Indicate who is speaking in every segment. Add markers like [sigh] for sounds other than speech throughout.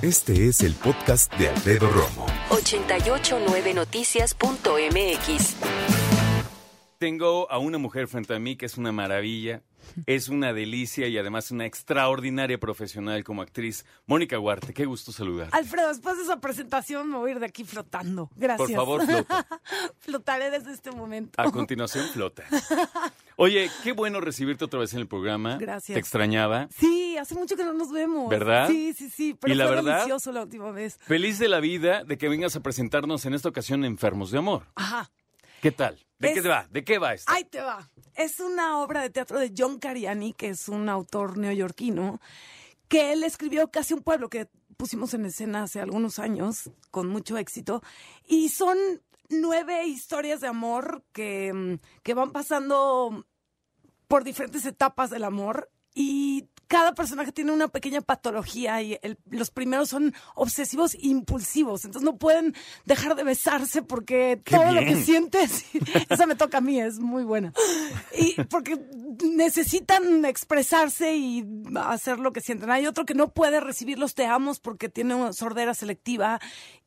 Speaker 1: Este es el podcast de Alfredo Romo.
Speaker 2: 889noticias.mx.
Speaker 3: Tengo a una mujer frente a mí que es una maravilla, es una delicia y además una extraordinaria profesional como actriz. Mónica Huarte, qué gusto saludar.
Speaker 4: Alfredo, después de esa presentación me voy a ir de aquí flotando. Gracias.
Speaker 3: Por favor, flota.
Speaker 4: [laughs] Flotaré desde este momento.
Speaker 3: A continuación, flota. Oye, qué bueno recibirte otra vez en el programa.
Speaker 4: Gracias.
Speaker 3: Te extrañaba.
Speaker 4: Sí, hace mucho que no nos vemos.
Speaker 3: ¿Verdad?
Speaker 4: Sí, sí, sí. Pero
Speaker 3: Y la
Speaker 4: fue
Speaker 3: verdad-
Speaker 4: delicioso la última vez.
Speaker 3: Feliz de la vida de que vengas a presentarnos en esta ocasión Enfermos de Amor.
Speaker 4: Ajá.
Speaker 3: ¿Qué tal? ¿De qué
Speaker 4: Es-
Speaker 3: te va? ¿De qué va esto?
Speaker 4: Ahí te va. Es una obra de teatro de John Cariani, que es un autor neoyorquino, que él escribió casi un pueblo que pusimos en escena hace algunos años, con mucho éxito. Y son nueve historias de amor que, mm, que van pasando por diferentes etapas del amor y cada personaje tiene una pequeña patología y el- los primeros son obsesivos e impulsivos, entonces no pueden dejar de besarse porque
Speaker 3: ¡Qué
Speaker 4: todo lo que
Speaker 3: bien!
Speaker 4: sientes, [laughs] esa me toca a mí, es muy buena, y porque necesitan expresarse y hacer lo que sienten. Hay otro que no puede recibir los te amos porque tiene una sordera selectiva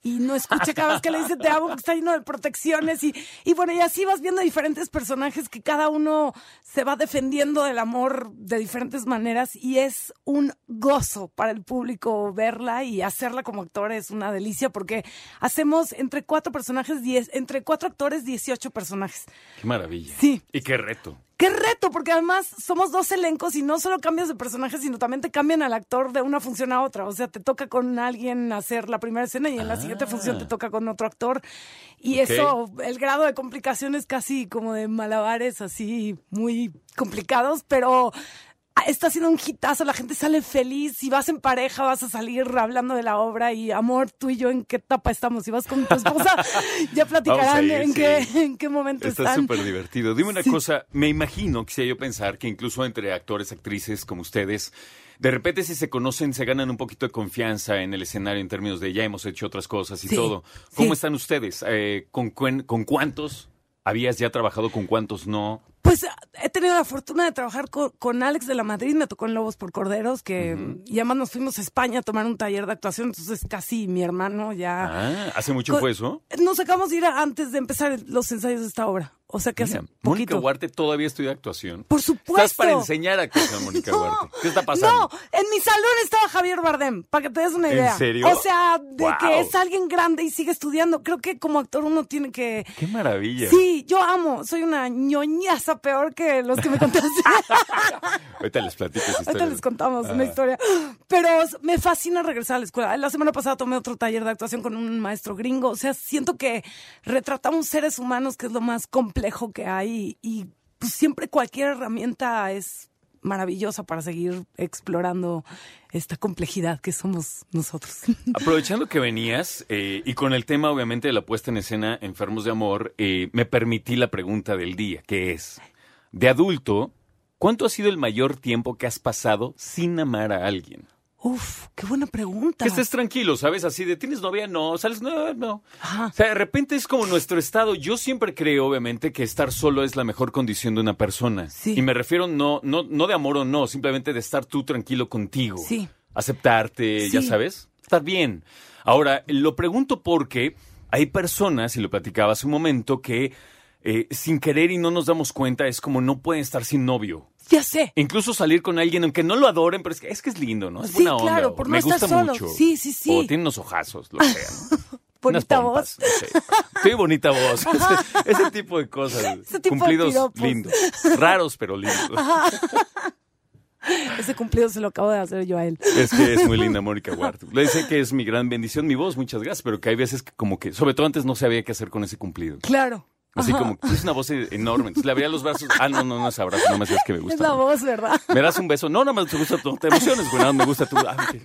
Speaker 4: y no escucha cada vez que le dice te amo porque está lleno de protecciones y, y bueno, y así vas viendo diferentes personajes que cada uno se va defendiendo del amor de diferentes maneras y es un gozo para el público verla y hacerla como actor es una delicia porque hacemos entre cuatro personajes, diez, entre cuatro actores, 18 personajes.
Speaker 3: Qué maravilla.
Speaker 4: Sí.
Speaker 3: Y qué reto.
Speaker 4: Qué reto, porque además somos dos elencos y no solo cambias de personaje, sino también te cambian al actor de una función a otra. O sea, te toca con alguien hacer la primera escena y en la siguiente función te toca con otro actor. Y
Speaker 3: Ah. Ok.
Speaker 4: eso, el grado de complicación es casi como de malabares así muy complicados, pero está siendo un hitazo, la gente sale feliz, si vas en pareja vas a salir hablando de la obra y amor, tú y yo en qué etapa estamos, si vas con tu
Speaker 3: [laughs]
Speaker 4: esposa ya platicarán
Speaker 3: ir,
Speaker 4: en,
Speaker 3: sí.
Speaker 4: qué, en qué momento
Speaker 3: Está
Speaker 4: están.
Speaker 3: súper divertido. Dime una cosa, me imagino, quisiera yo pensar, que incluso entre actores, actrices como ustedes, de repente si se conocen, se ganan un poquito de confianza en el escenario en términos de ya hemos hecho otras cosas y
Speaker 4: Sí,
Speaker 3: todo. ¿Cómo
Speaker 4: sí.
Speaker 3: están ustedes? Eh, ¿con, cuen- ¿Con cuántos habías ya trabajado? ¿Con cuántos no?
Speaker 4: Pues ah, he tenido la fortuna de trabajar co- con, Alex de la Madrid, me tocó en Lobos por Corderos, que y además nos fuimos a España a tomar un taller de actuación, entonces casi mi hermano ya...
Speaker 3: Ah, ¿hace mucho
Speaker 4: Co-
Speaker 3: fue eso?
Speaker 4: Nos acabamos de ir a- antes de empezar el- los ensayos de esta obra, o sea que hace
Speaker 3: Mira, Mónica
Speaker 4: poquito.
Speaker 3: Huarte todavía estudia actuación.
Speaker 4: Por supuesto.
Speaker 3: Estás para enseñar actuación, Mónica Huarte. ¿Qué está
Speaker 4: [laughs] No,
Speaker 3: pasando?
Speaker 4: en mi salón estaba Javier Bardem, para que te des una
Speaker 3: ¿En
Speaker 4: idea.
Speaker 3: serio?
Speaker 4: O sea, de
Speaker 3: Wow.
Speaker 4: que es alguien grande y sigue estudiando. Creo que como actor uno tiene que...
Speaker 3: Qué maravilla.
Speaker 4: Sí, yo amo, soy una ñoñaza peor que
Speaker 3: [laughs]
Speaker 4: los que me contaste.
Speaker 3: Ahorita les platico. esa
Speaker 4: Ahorita
Speaker 3: historia.
Speaker 4: les contamos
Speaker 3: Ah.
Speaker 4: una historia. Pero s- me fascina regresar a la escuela. La semana pasada tomé otro taller de actuación con un maestro gringo. O sea, siento que retratamos seres humanos, que es lo más complejo que hay. Y pues, siempre cualquier herramienta es maravillosa para seguir explorando esta complejidad que somos nosotros. [laughs]
Speaker 3: Aprovechando que venías eh, y con el tema obviamente de la puesta en escena Enfermos de Amor, eh, me permití la pregunta del día, que es, de adulto, ¿cuánto ha sido el mayor tiempo que has pasado sin amar a alguien?
Speaker 4: Uf, qué buena pregunta.
Speaker 3: Que estés tranquilo, ¿sabes? Así de, ¿tienes novia? No, ¿sales? No, no.
Speaker 4: Ajá.
Speaker 3: O sea, de repente es como nuestro estado. Yo siempre creo, obviamente, que estar solo es la mejor condición de una persona.
Speaker 4: Sí.
Speaker 3: Y me refiero no, no, no de amor o no, simplemente de estar tú tranquilo contigo.
Speaker 4: Sí.
Speaker 3: Aceptarte, ya
Speaker 4: Sí.
Speaker 3: sabes. Estar bien. Ahora, lo pregunto porque hay personas, y lo platicaba hace un momento, que eh, sin querer y no nos damos cuenta es como no pueden estar sin novio.
Speaker 4: Ya sé.
Speaker 3: Incluso salir con alguien, aunque no lo adoren, pero es que es, que es lindo, ¿no? Es
Speaker 4: Sí,
Speaker 3: buena onda.
Speaker 4: claro,
Speaker 3: o
Speaker 4: por
Speaker 3: me
Speaker 4: no estar
Speaker 3: gusta
Speaker 4: solo.
Speaker 3: mucho.
Speaker 4: Sí, sí, sí.
Speaker 3: O tiene unos ojazos,
Speaker 4: [laughs]
Speaker 3: lo que sea. ¿no? Unas
Speaker 4: Bonita
Speaker 3: pompas,
Speaker 4: voz.
Speaker 3: no sé. Sí, bonita voz. Ese, ese tipo de cosas.
Speaker 4: Ese tipo de
Speaker 3: Cumplidos
Speaker 4: piropos.
Speaker 3: lindos. Raros, pero lindos.
Speaker 4: Ese cumplido se lo acabo de hacer yo a él.
Speaker 3: Es que es muy linda Mónica Huarte. Le dice que es mi gran bendición, mi voz, muchas gracias, pero que hay veces que como que, sobre todo antes no sabía qué hacer con ese cumplido.
Speaker 4: Claro.
Speaker 3: Así como, es una voz e-, enorme. Entonces le abría los brazos. Ah, no, no, no es abrazo, no me digas que me gusta.
Speaker 4: Es la voz, ¿verdad?
Speaker 3: ¿Me das un beso? No, nada más te gusta tu... Te emociones, güey, nada más me gusta tu... ah, ok.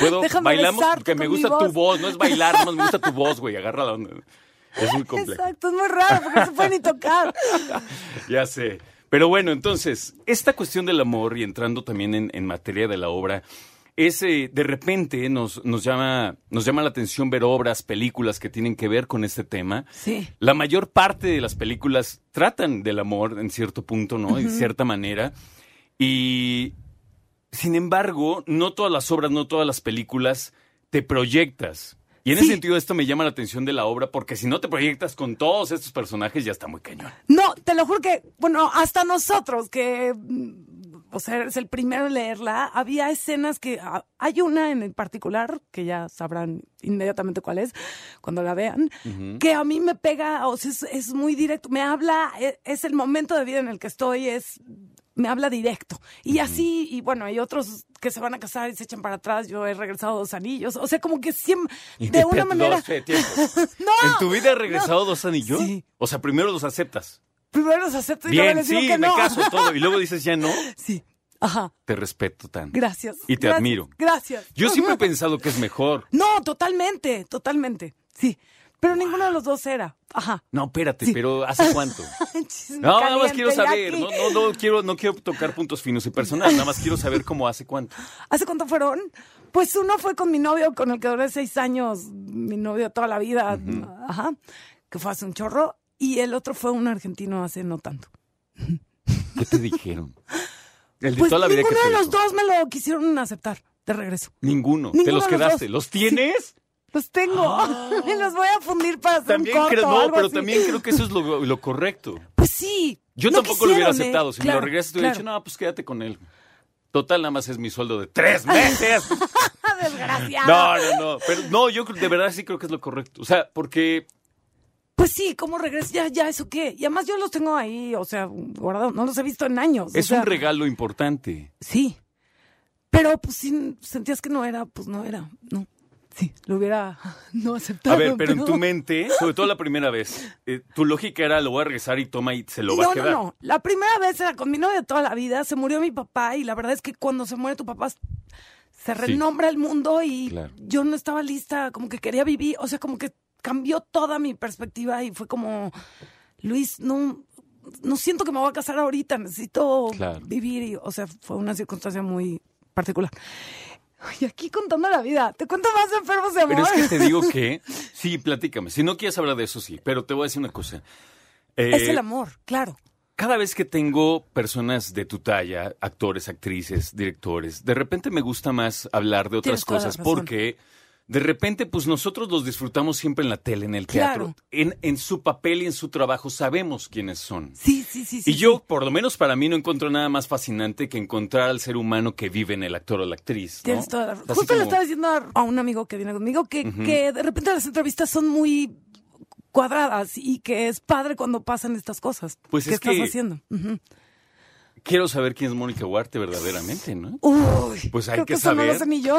Speaker 3: Puedo,
Speaker 4: Déjame
Speaker 3: bailamos
Speaker 4: besarte
Speaker 3: porque me
Speaker 4: con mi
Speaker 3: gusta tu
Speaker 4: voz.
Speaker 3: voz. No es bailar, nada más me gusta tu voz, güey. Agarra la onda. Es muy complejo.
Speaker 4: Exacto, es muy raro porque no se puede ni tocar.
Speaker 3: Ya sé. Pero bueno, entonces, esta cuestión del amor y entrando también en, en materia de la obra, es, eh, de repente nos, nos, llama, nos llama la atención ver obras, películas que tienen que ver con este tema.
Speaker 4: Sí.
Speaker 3: La mayor parte de las películas tratan del amor en cierto punto, ¿no? En cierta manera. Y, sin embargo, no todas las obras, no todas las películas te proyectas. Y en
Speaker 4: Sí.
Speaker 3: ese sentido esto me llama la atención de la obra porque si no te proyectas con todos estos personajes ya está muy cañón.
Speaker 4: No, te lo juro que, bueno, hasta nosotros, que, mm, o sea, es el primero en leerla, había escenas que, ah, hay una en el particular, que ya sabrán inmediatamente cuál es, cuando la vean, que a mí me pega, o sea, es, es muy directo, me habla, e- es, el momento de vida en el que estoy, es, me habla directo. Y así, y bueno, hay otros que se van a casar y se echan para atrás, yo he regresado dos anillos, o sea, como que siempre, de una manera...
Speaker 3: Dos, eh, tiempos.
Speaker 4: [laughs] No,
Speaker 3: ¿En tu vida has
Speaker 4: no.
Speaker 3: regresado dos anillos?
Speaker 4: Sí.
Speaker 3: O sea, primero los aceptas.
Speaker 4: Primero los acepto y luego
Speaker 3: Bien,
Speaker 4: les digo
Speaker 3: sí,
Speaker 4: que
Speaker 3: me
Speaker 4: no.
Speaker 3: caso todo. Y luego dices, ya
Speaker 4: [laughs]
Speaker 3: no,
Speaker 4: Sí. Ajá.
Speaker 3: te respeto tan.
Speaker 4: Gracias.
Speaker 3: Y te
Speaker 4: Gracias,
Speaker 3: admiro.
Speaker 4: Gracias.
Speaker 3: Yo siempre
Speaker 4: [laughs]
Speaker 3: he pensado que es mejor.
Speaker 4: No, totalmente, totalmente. Sí. Pero ninguno de los dos era. Ajá. [laughs]
Speaker 3: No, espérate,
Speaker 4: Sí.
Speaker 3: pero ¿hace
Speaker 4: [laughs]
Speaker 3: cuánto?
Speaker 4: Chisme
Speaker 3: No, nada más
Speaker 4: caliente,
Speaker 3: quiero
Speaker 4: ya
Speaker 3: saber.
Speaker 4: aquí.
Speaker 3: No, no, no quiero, no quiero tocar puntos finos y personal. Nada más quiero saber cómo hace cuánto.
Speaker 4: ¿Hace cuánto fueron? Pues uno fue con mi novio, con el que duré seis años, mi novio toda la vida, ajá, que fue hace un chorro, y el otro fue un argentino hace no tanto.
Speaker 3: ¿Qué te dijeron? El de
Speaker 4: Pues
Speaker 3: toda la vida que
Speaker 4: ninguno
Speaker 3: te
Speaker 4: de los
Speaker 3: dijo.
Speaker 4: dos me lo quisieron aceptar de regreso.
Speaker 3: Ninguno. Te
Speaker 4: Ninguno
Speaker 3: los
Speaker 4: de los
Speaker 3: quedaste.
Speaker 4: dos.
Speaker 3: ¿Los tienes?
Speaker 4: Los tengo. [laughs] y los voy a fundir para hacer
Speaker 3: Ah. También
Speaker 4: un corto
Speaker 3: creo,
Speaker 4: o
Speaker 3: no,
Speaker 4: algo
Speaker 3: pero
Speaker 4: así.
Speaker 3: también creo que eso es lo, lo correcto.
Speaker 4: Pues sí.
Speaker 3: Yo
Speaker 4: no
Speaker 3: tampoco lo hubiera
Speaker 4: quisieron, ¿eh?
Speaker 3: aceptado. Si me
Speaker 4: Claro,
Speaker 3: lo regresas, te hubiera
Speaker 4: claro.
Speaker 3: dicho, no, pues quédate con él. Total, nada más es mi sueldo de tres
Speaker 4: [laughs]
Speaker 3: meses.
Speaker 4: Ah, Desgraciado.
Speaker 3: [laughs] No, no, no. Pero no, yo creo- de verdad sí creo que es lo correcto. O sea, porque
Speaker 4: Pues sí, ¿cómo regresas? Ya, ya, ¿eso qué? Y además yo los tengo ahí, o sea, guardados. No los he visto en años. o
Speaker 3: es
Speaker 4: sea,
Speaker 3: un regalo importante.
Speaker 4: Sí. Pero pues si sentías que no era, pues no era. No. Sí, lo hubiera [laughs] no aceptado.
Speaker 3: A ver, pero en tu mente, sobre todo la primera vez, eh, tu lógica era lo voy a regresar y toma y se lo va
Speaker 4: no,
Speaker 3: a quedar.
Speaker 4: No, no, La primera vez era con mi novio de toda la vida. Se murió mi papá y la verdad es que cuando se muere tu papá se renombra el mundo y
Speaker 3: Claro.
Speaker 4: yo no estaba lista, como que quería vivir, o sea, como que cambió toda mi perspectiva y fue como, Luis, no, no siento que me voy a casar ahorita, necesito
Speaker 3: Claro.
Speaker 4: vivir y, o sea, fue una circunstancia muy particular. Y aquí contando la vida, te cuento más de enfermos de amor.
Speaker 3: Pero es que te digo que, sí, platícame. Si no quieres hablar de eso, sí, pero te voy a decir una cosa. Eh,
Speaker 4: [laughs] Es el amor, claro.
Speaker 3: Cada vez que tengo personas de tu talla, actores, actrices, directores, de repente me gusta más hablar de
Speaker 4: Tienes
Speaker 3: otras
Speaker 4: toda la
Speaker 3: cosas
Speaker 4: razón.
Speaker 3: porque de repente pues nosotros los disfrutamos siempre en la tele, en el teatro,
Speaker 4: Claro.
Speaker 3: en, en su papel y en su trabajo sabemos quiénes son.
Speaker 4: Sí, sí, sí. sí
Speaker 3: y yo, por lo menos para mí, no encuentro nada más fascinante que encontrar al ser humano que vive en el actor o la actriz. ¿no?
Speaker 4: Tienes toda la-
Speaker 3: Así
Speaker 4: Justo le
Speaker 3: como-
Speaker 4: estaba diciendo a- a un amigo que viene conmigo que, que de repente las entrevistas son muy cuadradas y que es padre cuando pasan estas cosas.
Speaker 3: Pues
Speaker 4: ¿Qué
Speaker 3: es
Speaker 4: estás
Speaker 3: que-
Speaker 4: haciendo? Ujú.
Speaker 3: Quiero saber quién es Mónica Huarte verdaderamente, ¿no?
Speaker 4: Uy,
Speaker 3: Pues hay
Speaker 4: creo
Speaker 3: que
Speaker 4: que, eso no lo
Speaker 3: saber.
Speaker 4: sé ni yo.